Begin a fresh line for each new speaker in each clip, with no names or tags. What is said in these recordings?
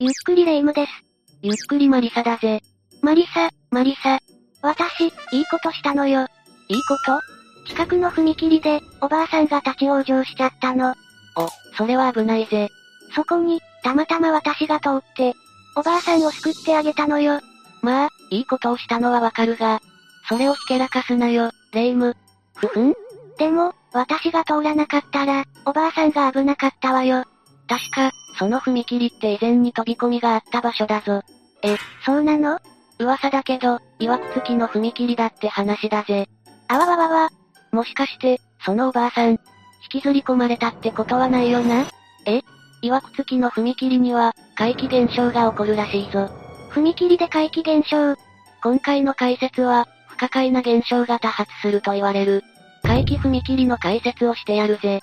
ゆっくりレ夢ムです。
ゆっくりマリサだぜ。
マリサ、マリサ。私、いいことしたのよ。
いいこと
近くの踏切で、おばあさんが立ち往生しちゃったの。
お、それは危ないぜ。
そこに、たまたま私が通って、おばあさんを救ってあげたのよ。
まあ、いいことをしたのはわかるが、それをひけらかすなよ、レイム。ふふん
でも、私が通らなかったら、おばあさんが危なかったわよ。
確か、その踏切って以前に飛び込みがあった場所だぞ。
そうなの
噂だけど、曰く付きの踏切だって話だぜ。
あわわわわ。
もしかして、そのおばあさん、引きずり込まれたってことはないよなえ曰く付きの踏切には、怪奇現象が起こるらしいぞ。
踏切で怪奇現象。
今回の解説は、不可解な現象が多発すると言われる。怪奇踏切の解説をしてやるぜ。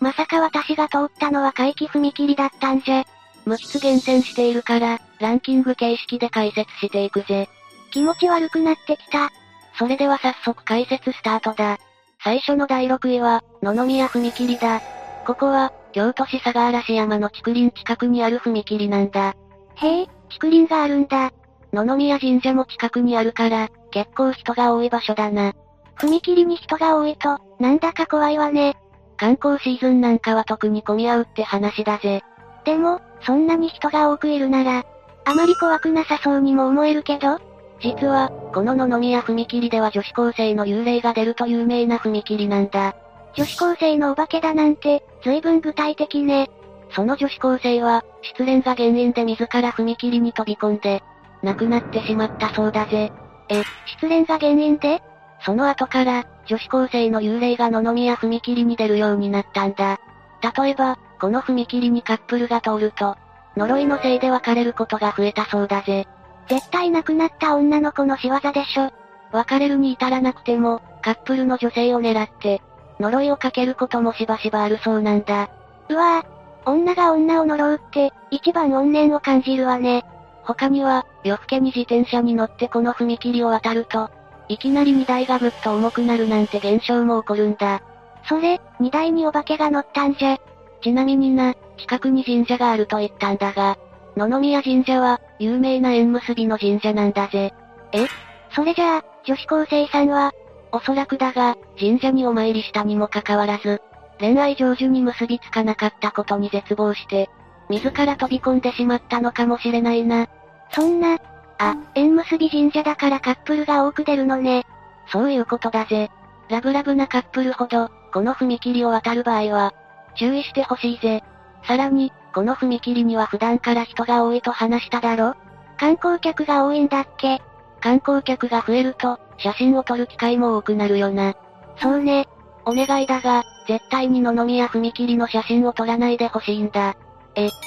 まさか私が通ったのは怪奇踏切だったんじゃ。
無質厳選しているから、ランキング形式で解説していくぜ。
気持ち悪くなってきた。
それでは早速解説スタートだ。最初の第6位は、野々宮踏切だ。ここは、京都市相良市山の竹林近くにある踏切なんだ。
へえ、竹林があるんだ。
野々宮神社も近くにあるから、結構人が多い場所だな。
踏切に人が多いと、なんだか怖いわね。
観光シーズンなんかは特に混み合うって話だぜ。
でも、そんなに人が多くいるなら、あまり怖くなさそうにも思えるけど、
実は、この野々宮踏切では女子高生の幽霊が出ると有名な踏切なんだ。
女子高生のお化けだなんて、随分具体的ね。
その女子高生は、失恋が原因で自ら踏切に飛び込んで、亡くなってしまったそうだぜ。
失恋が原因で
その後から、女子高生の幽霊が野々宮踏切に出るようになったんだ。例えば、この踏切にカップルが通ると、呪いのせいで別れることが増えたそうだぜ。
絶対亡くなった女の子の仕業でしょ。
別れるに至らなくても、カップルの女性を狙って、呪いをかけることもしばしばあるそうなんだ。
うわぁ、女が女を呪うって、一番怨念を感じるわね。
他には、夜更けに自転車に乗ってこの踏切を渡ると、いきなり荷台がぐっと重くなるなんて現象も起こるんだ。
それ、荷台にお化けが乗ったんじゃ。
ちなみにな、近くに神社があると言ったんだが、野々宮神社は、有名な縁結びの神社なんだぜ。
それじゃあ、女子高生さんは、
おそらくだが、神社にお参りしたにもかかわらず、恋愛成就に結びつかなかったことに絶望して、自ら飛び込んでしまったのかもしれないな。
そんな、あ、縁結び神社だからカップルが多く出るのね。
そういうことだぜ。ラブラブなカップルほど、この踏切を渡る場合は、注意してほしいぜ。さらに、この踏切には普段から人が多いと話しただろ
観光客が多いんだっけ
観光客が増えると、写真を撮る機会も多くなるよな。
そうね。
お願いだが、絶対に野々宮踏切の写真を撮らないでほしいんだ。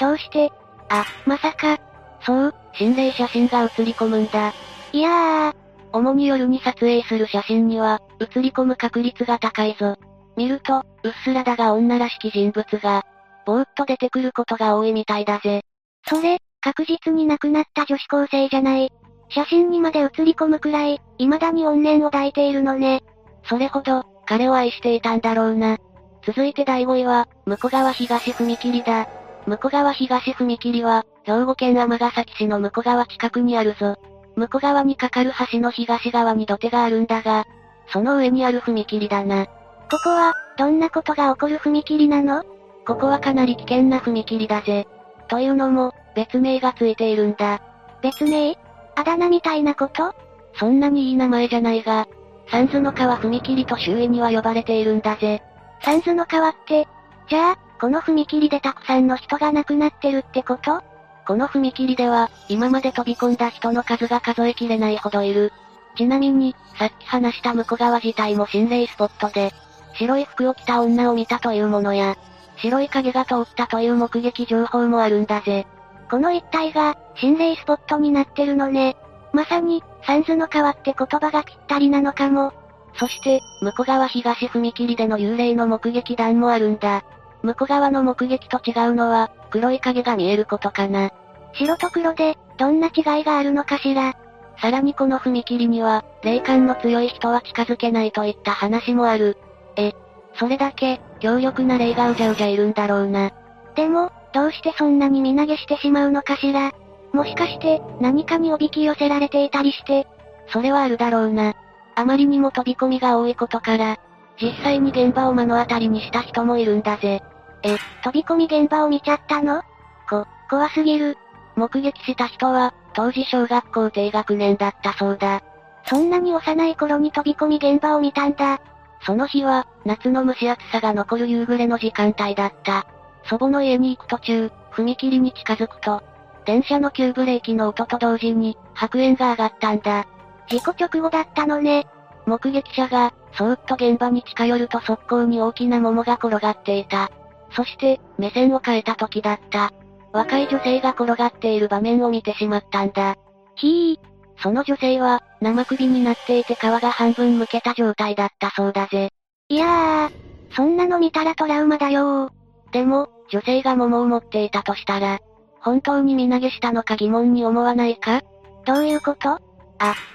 どうしてあ、まさか、
そう、心霊写真が写り込むんだ。
いやー、
主に夜に撮影する写真には、写り込む確率が高いぞ。見ると、うっすらだが女らしき人物が、ぼーっと出てくることが多いみたいだぜ。
それ、確実に亡くなった女子高生じゃない。写真にまで写り込むくらい、未だに怨念を抱いているのね。
それほど、彼を愛していたんだろうな。続いて第5位は、向川東踏切だ。向川東踏切は、兵庫県尼崎市の向川近くにあるぞ。向川に架かる橋の東側に土手があるんだが、その上にある踏切だな。
ここは、どんなことが起こる踏切なの
ここはかなり危険な踏切だぜ。というのも、別名がついているんだ。
別名あだ名みたいなこと
そんなにいい名前じゃないが、三途の川踏切と周囲には呼ばれているんだぜ。
三途の川って。じゃあ、この踏切でたくさんの人が亡くなってるってこと
この踏切では、今まで飛び込んだ人の数が数えきれないほどいる。ちなみに、さっき話した向川自体も心霊スポットで、白い服を着た女を見たというものや、白い影が通ったという目撃情報もあるんだぜ。
この一帯が、心霊スポットになってるのね。まさに、三途の川って言葉がぴったりなのかも。
そして、向川東踏切での幽霊の目撃談もあるんだ。向川の目撃と違うのは、黒い影が見えることかな。
白と黒で、どんな違いがあるのかしら。
さらにこの踏切には、霊感の強い人は近づけないといった話もある。え、それだけ、強力な霊がうじゃうじゃいるんだろうな。
でも、どうしてそんなに身投げしてしまうのかしら。もしかして、何かにおびき寄せられていたりして。
それはあるだろうな。あまりにも飛び込みが多いことから、実際に現場を目の当たりにした人もいるんだぜ。
え、飛び込み現場を見ちゃったのこ、怖すぎる。
目撃した人は、当時小学校低学年だったそうだ。
そんなに幼い頃に飛び込み現場を見たんだ。
その日は、夏の蒸し暑さが残る夕暮れの時間帯だった。祖母の家に行く途中、踏切に近づくと、電車の急ブレーキの音と同時に、白煙が上がったんだ。
事故直後だったのね。
目撃者が、そーっと現場に近寄ると側溝に大きな桃が転がっていた。そして、目線を変えた時だった。若い女性が転がっている場面を見てしまったんだ。
ひー。
その女性は、生首になっていて皮が半分むけた状態だったそうだぜ。
いやー、そんなの見たらトラウマだよ
でも、女性が桃を持っていたとしたら、本当に身投げしたのか疑問に思わないか
どういうことあ、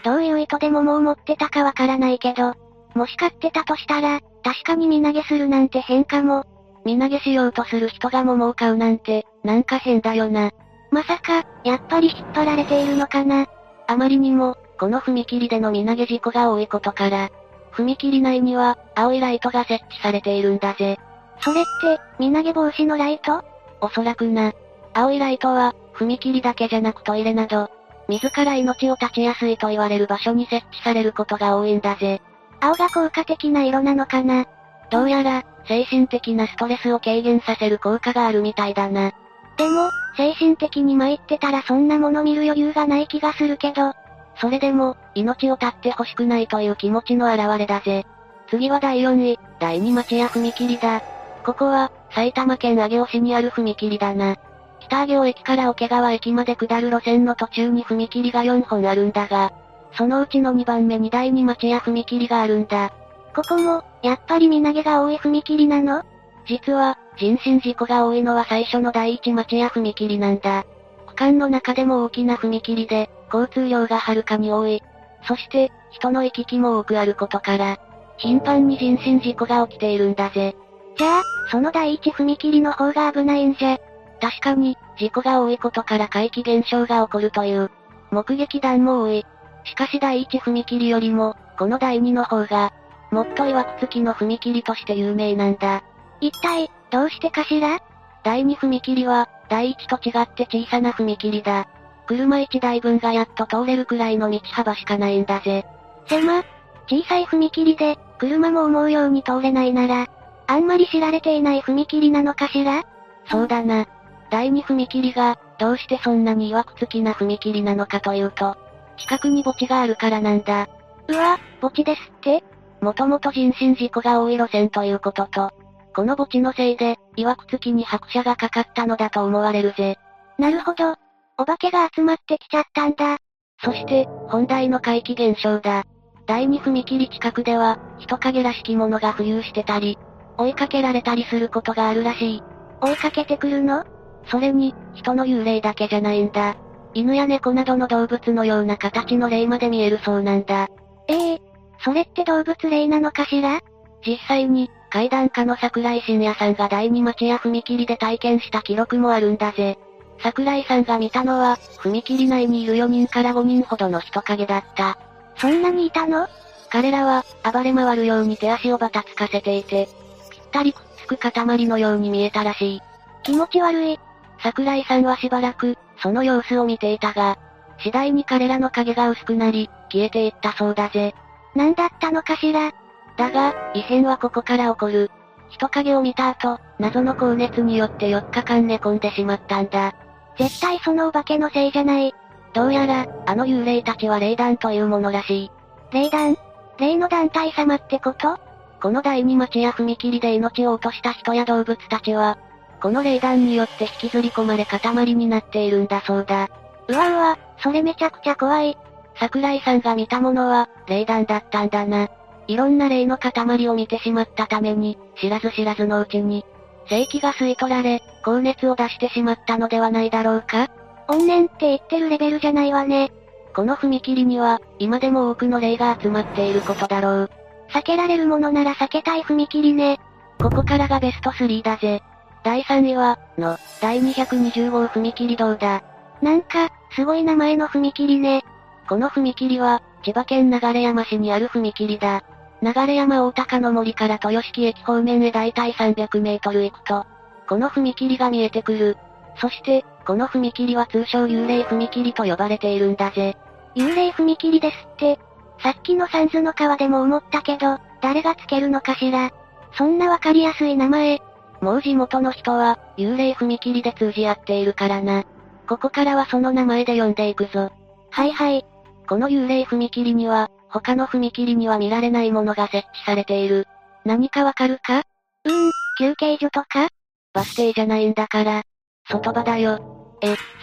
どういう意図で桃を持ってたかわからないけど、もし買ってたとしたら、確かに身投げするなんて変かも。
身投げしようとする人が桃を買うなんて、なんか変だよな。
まさか、やっぱり引っ張られているのかな。
あまりにも、この踏切での身投げ事故が多いことから、踏切内には、青いライトが設置されているんだぜ。
それって、身投げ防止のライト
おそらくな。青いライトは、踏切だけじゃなくトイレなど、自ら命を絶ちやすいと言われる場所に設置されることが多いんだぜ。
青が効果的な色なのかな
どうやら、精神的なストレスを軽減させる効果があるみたいだな。
でも、精神的に参ってたらそんなもの見る余裕がない気がするけど。
それでも、命を絶ってほしくないという気持ちの表れだぜ。次は第4位、第2町屋踏切だ。ここは、埼玉県上尾市にある踏切だな。北上尾駅から桶川駅まで下る路線の途中に踏切が4本あるんだが、そのうちの2番目に第2町屋踏切があるんだ。
ここも、やっぱり身投げが多い踏切なの
実は、人身事故が多いのは最初の第1町屋踏切なんだ。区間の中でも大きな踏切で、交通量がはるかに多い。そして、人の行き来も多くあることから、頻繁に人身事故が起きているんだぜ。
じゃあ、その第1踏切の方が危ないんじゃ。
確かに、事故が多いことから怪奇現象が起こるという、目撃談も多い。しかし第1踏切よりも、この第2の方が、もっと曰くつきの踏切として有名なんだ。
一体、どうしてかしら
第2踏切は、第1と違って小さな踏切だ。車1台分がやっと通れるくらいの道幅しかないんだぜ。
狭、小さい踏切で、車も思うように通れないなら、あんまり知られていない踏切なのかしら
そうだな。第2踏切が、どうしてそんなに曰くつきな踏切なのかというと、近くに墓地があるからなんだ。
うわ、墓地ですって
もともと人身事故が多い路線ということと、この墓地のせいで、曰くつきに拍車がかかったのだと思われるぜ。
なるほど。お化けが集まってきちゃったんだ。
そして、本題の怪奇現象だ。第2踏切近くでは、人影らしきものが浮遊してたり、追いかけられたりすることがあるらしい。
追いかけてくるの
それに、人の幽霊だけじゃないんだ。犬や猫などの動物のような形の霊まで見えるそうなんだ。
ええー、それって動物霊なのかしら
実際に、階段家の桜井信也さんが第二町や踏切で体験した記録もあるんだぜ。桜井さんが見たのは、踏切内にいる4人から5人ほどの人影だった。
そんなにいたの
彼らは、暴れ回るように手足をばたつかせていて、ぴったりくっつく塊のように見えたらしい。
気持ち悪い。
桜井さんはしばらく、その様子を見ていたが、次第に彼らの影が薄くなり、消えていったそうだぜ。
何だったのかしら
だが、異変はここから起こる。人影を見た後、謎の高熱によって4日間寝込んでしまったんだ。
絶対そのお化けのせいじゃない。
どうやら、あの幽霊たちは霊団というものらし
い。霊団霊の団体様ってこと
この第二町や踏切で命を落とした人や動物たちは、この霊団によって引きずり込まれ塊になっているんだそうだ。
うわうわ、それめちゃくちゃ怖い。
桜井さんが見たものは、霊団だったんだな。いろんな霊の塊を見てしまったために、知らず知らずのうちに、正気が吸い取られ、高熱を出してしまったのではないだろうか
怨念って言ってるレベルじゃないわね。
この踏切には、今でも多くの霊が集まっていることだろう。
避けられるものなら避けたい踏切ね。
ここからがベスト3だぜ。第3位は、の、第220号踏切道だ。
なんか、すごい名前の踏切ね。
この踏切は、千葉県流山市にある踏切だ。流山大高の森から豊敷駅方面へだいたい300メートル行くと、この踏切が見えてくる。そして、この踏切は通称幽霊踏切と呼ばれているんだぜ。
幽霊踏切ですって。さっきのサンズの川でも思ったけど、誰がつけるのかしら。そんなわかりやすい名前。
もう地元の人は、幽霊踏切で通じ合っているからな。ここからはその名前で呼んでいくぞ。
はいはい。
この幽霊踏切には、他の踏切には見られないものが設置されている。何かわかるか
うーん、休憩所とか
バス停じゃないんだから。外場だよ。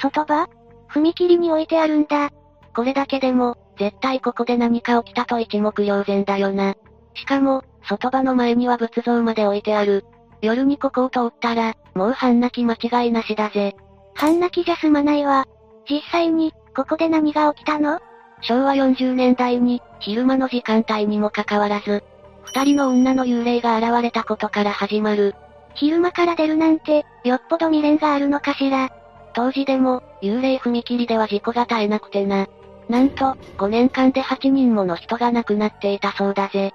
外場踏切に置いてあるんだ。
これだけでも、絶対ここで何か起きたと一目瞭然だよな。しかも、外場の前には仏像まで置いてある。夜にここを通ったら、もう半泣き間違いなしだぜ。
半泣きじゃ済まないわ。実際に、ここで何が起きたの
昭和40年代に、昼間の時間帯にもかかわらず、二人の女の幽霊が現れたことから始まる。
昼間から出るなんて、よっぽど未練があるのかしら。
当時でも、幽霊踏切では事故が絶えなくてな。なんと、5年間で8人もの人が亡くなっていたそうだぜ。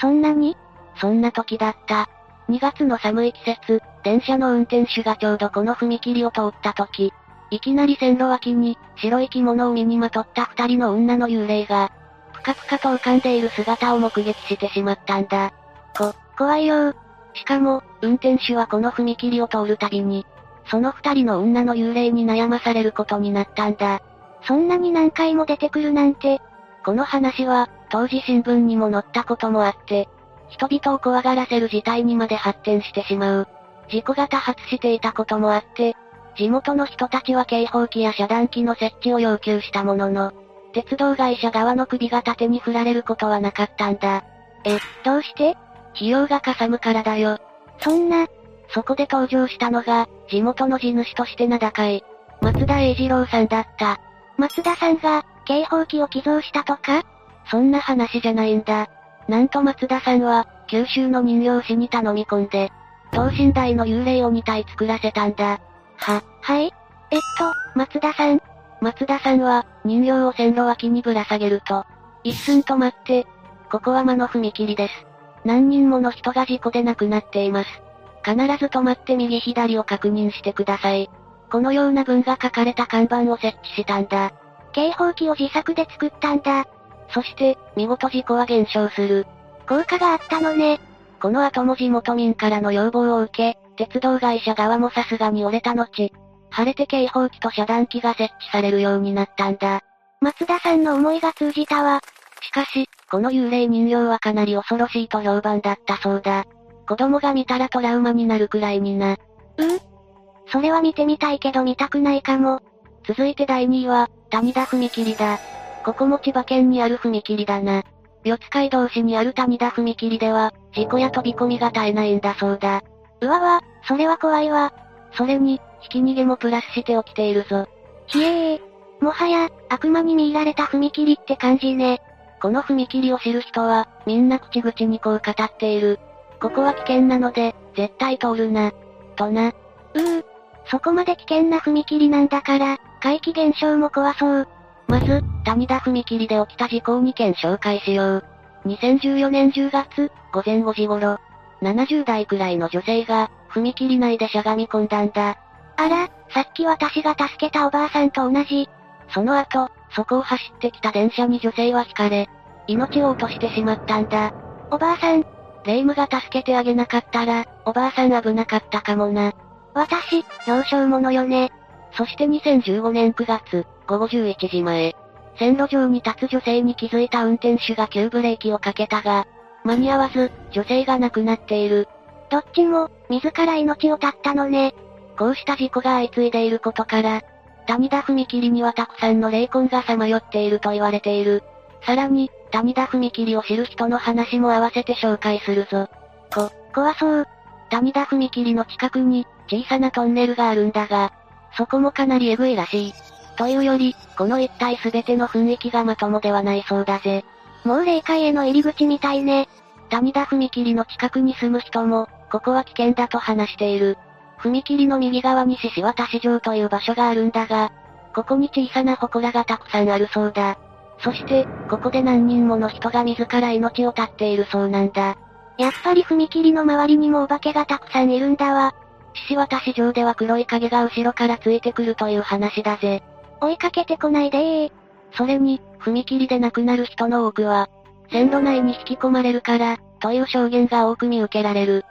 そんなに
そんな時だった。2月の寒い季節、電車の運転手がちょうどこの踏切を通った時、いきなり線路脇に、白い着物を身にまとった二人の女の幽霊が、ぷかぷかと浮かんでいる姿を目撃してしまったんだ。
こ、怖いよ。
しかも、運転手はこの踏切を通るたびに、その二人の女の幽霊に悩まされることになったんだ。
そんなに何回も出てくるなんて、
この話は、当時新聞にも載ったこともあって、人々を怖がらせる事態にまで発展してしまう。事故が多発していたこともあって、地元の人たちは警報器や遮断機の設置を要求したものの、鉄道会社側の首が縦に振られることはなかったんだ。
どうして
費用がかさむからだよ。
そんな、
そこで登場したのが、地元の地主として名高い、松田栄二郎さんだった。
松田さんが、警報器を寄贈したとか
そんな話じゃないんだ。なんと松田さんは、九州の人形師に頼み込んで、等身大の幽霊を2体作らせたんだ。は、
はい。えっと、松田さん、
松田さんは、人形を線路脇にぶら下げると、一寸止まって、ここは間の踏切です。何人もの人が事故で亡くなっています。必ず止まって右左を確認してください。このような文が書かれた看板を設置したんだ。
警報器を自作で作ったんだ。
そして、見事事故は減少する。
効果があったのね。
この後も地元民からの要望を受け、鉄道会社側もさすがに折れた後、晴れて警報器と遮断機が設置されるようになったんだ。
松田さんの思いが通じたわ。
しかし、この幽霊人形はかなり恐ろしいと評判だったそうだ。子供が見たらトラウマになるくらいにな。
それは見てみたいけど見たくないかも。
続いて第2位は、谷田踏切だ。ここも千葉県にある踏切だな。四街道市にある谷田踏切では、事故や飛び込みが絶えないんだそうだ。
うわわ、それは怖いわ。
それに、ひき逃げもプラスして起きているぞ。
ひえー。もはや、悪魔に見入られた踏切って感じね。
この踏切を知る人は、みんな口々にこう語っている。ここは危険なので、絶対通るな。とな。
うう。そこまで危険な踏切なんだから、怪奇現象も怖そう。
まず、谷田踏切で起きた事故を2件紹介しよう。2014年10月、午前5時頃、70代くらいの女性が、踏切内でしゃがみ込んだんだ。
あら、さっき私が助けたおばあさんと同じ。
その後、そこを走ってきた電車に女性は惹かれ、命を落としてしまったんだ。
おばあさん、
霊夢が助けてあげなかったら、おばあさん危なかったかもな。
私、表彰者よね。
そして2015年9月、午後11時前、線路上に立つ女性に気づいた運転手が急ブレーキをかけたが、間に合わず、女性が亡くなっている。
どっちも、自ら命を絶ったのね。
こうした事故が相次いでいることから、谷田踏切にはたくさんの霊魂がさまよっていると言われている。さらに、谷田踏切を知る人の話も合わせて紹介するぞ。
怖そう。
谷田踏切の近くに、小さなトンネルがあるんだが、そこもかなりエグいらしい。というより、この一体全ての雰囲気がまともではないそうだぜ。
もう霊界への入り口みたいね。
谷田踏切の近くに住む人も、ここは危険だと話している。踏切の右側に獅子渡し場という場所があるんだが、ここに小さな祠がたくさんあるそうだ。そして、ここで何人もの人が自ら命を絶っているそうなんだ。
やっぱり踏切の周りにもお化けがたくさんいるんだわ。
獅子渡し場では黒い影が後ろからついてくるという話だぜ。
追いかけてこないでー。
それに、踏切で亡くなる人の多くは、線路内に引き込まれるから、という証言が多く見受けられる。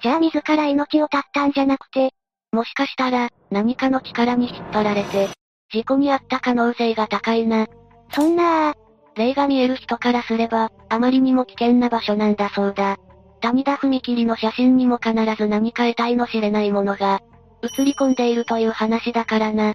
じゃあ自ら命を絶ったんじゃなくて、
もしかしたら、何かの力に引っ張られて、事故に遭った可能性が高いな。
そんなあー、
霊が見える人からすれば、あまりにも危険な場所なんだそうだ。谷田踏切の写真にも必ず何か得体の知れないものが、映り込んでいるという話だからな。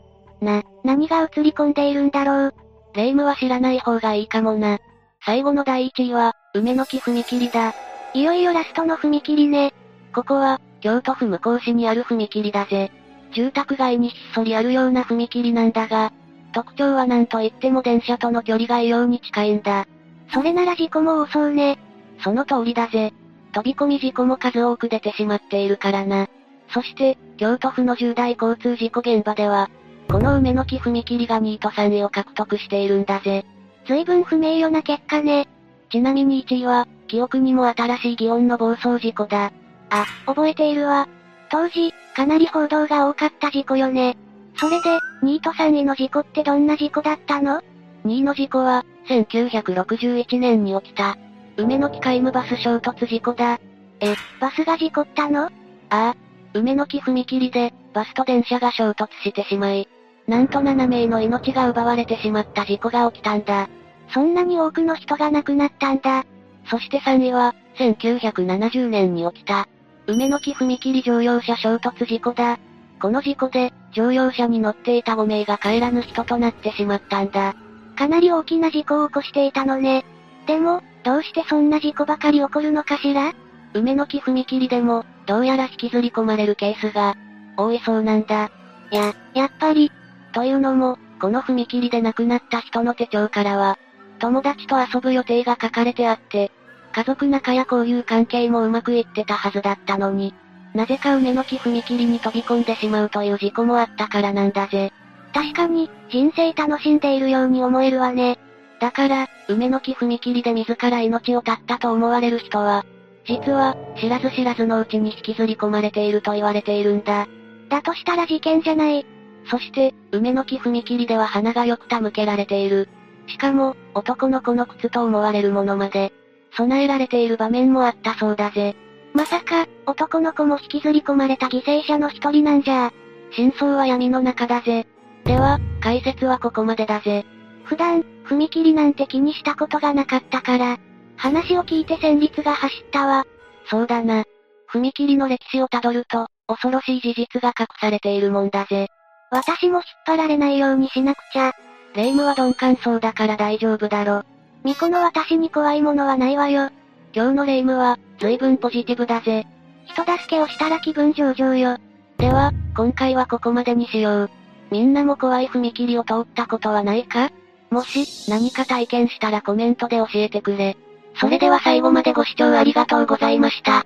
何が映り込んでいるんだろう。
霊夢は知らない方がいいかもな。最後の第1位は、梅の木踏切だ。
いよいよラストの踏切ね。
ここは、京都府向こう市にある踏切だぜ。住宅街にひっそりあるような踏切なんだが、特徴はなんといっても電車との距離が異様に近いんだ。
それなら事故も多そうね。
その通りだぜ。飛び込み事故も数多く出てしまっているからな。そして、京都府の重大交通事故現場では、この梅の木踏切が2位と3位を獲得しているんだぜ。
随分不名誉な結果ね。
ちなみに1位は、記憶にも新しい祇園の暴走事故だ。
あ、覚えているわ。当時、かなり報道が多かった事故よね。それで、2位と3位の事故ってどんな事故だったの
2位の事故は、1961年に起きた、梅の木海夢バス衝突事故だ。
バスが事故ったの
ああ、梅の木踏切で、バスと電車が衝突してしまい、なんと7名の命が奪われてしまった事故が起きたんだ。
そんなに多くの人が亡くなったんだ。
そして3位は、1970年に起きた、梅の木踏切乗用車衝突事故だ。この事故で、乗用車に乗っていた5名が帰らぬ人となってしまったんだ。
かなり大きな事故を起こしていたのね。でも、どうしてそんな事故ばかり起こるのかしら
梅の木踏切でも、どうやら引きずり込まれるケースが、多いそうなんだ。
や、やっぱり、
というのも、この踏切で亡くなった人の手帳からは、友達と遊ぶ予定が書かれてあって、家族仲や交友関係もうまくいってたはずだったのに、なぜか梅の木踏切に飛び込んでしまうという事故もあったからなんだぜ。
確かに、人生楽しんでいるように思えるわね。
だから、梅の木踏切で自ら命を絶ったと思われる人は、実は、知らず知らずのうちに引きずり込まれていると言われているんだ。
だとしたら事件じゃない。
そして、梅の木踏切では花がよく手向けられている。しかも、男の子の靴と思われるものまで、備えられている場面もあったそうだぜ。
まさか、男の子も引きずり込まれた犠牲者の一人なんじゃ。
真相は闇の中だぜ。では、解説はここまでだぜ。
普段、踏切なんて気にしたことがなかったから、話を聞いて旋律が走ったわ。
そうだな。踏切の歴史をたどると、恐ろしい事実が隠されているもんだぜ。
私も引っ張られないようにしなくちゃ。
霊夢は鈍感そうだから大丈夫だろ。
巫女の私に怖いものはないわよ。
今日の霊夢は、随分ポジティブだぜ。
人助けをしたら気分上々よ。
では、今回はここまでにしよう。みんなも怖い踏切を通ったことはないかもし、何か体験したらコメントで教えてくれ。それでは最後までご視聴ありがとうございました。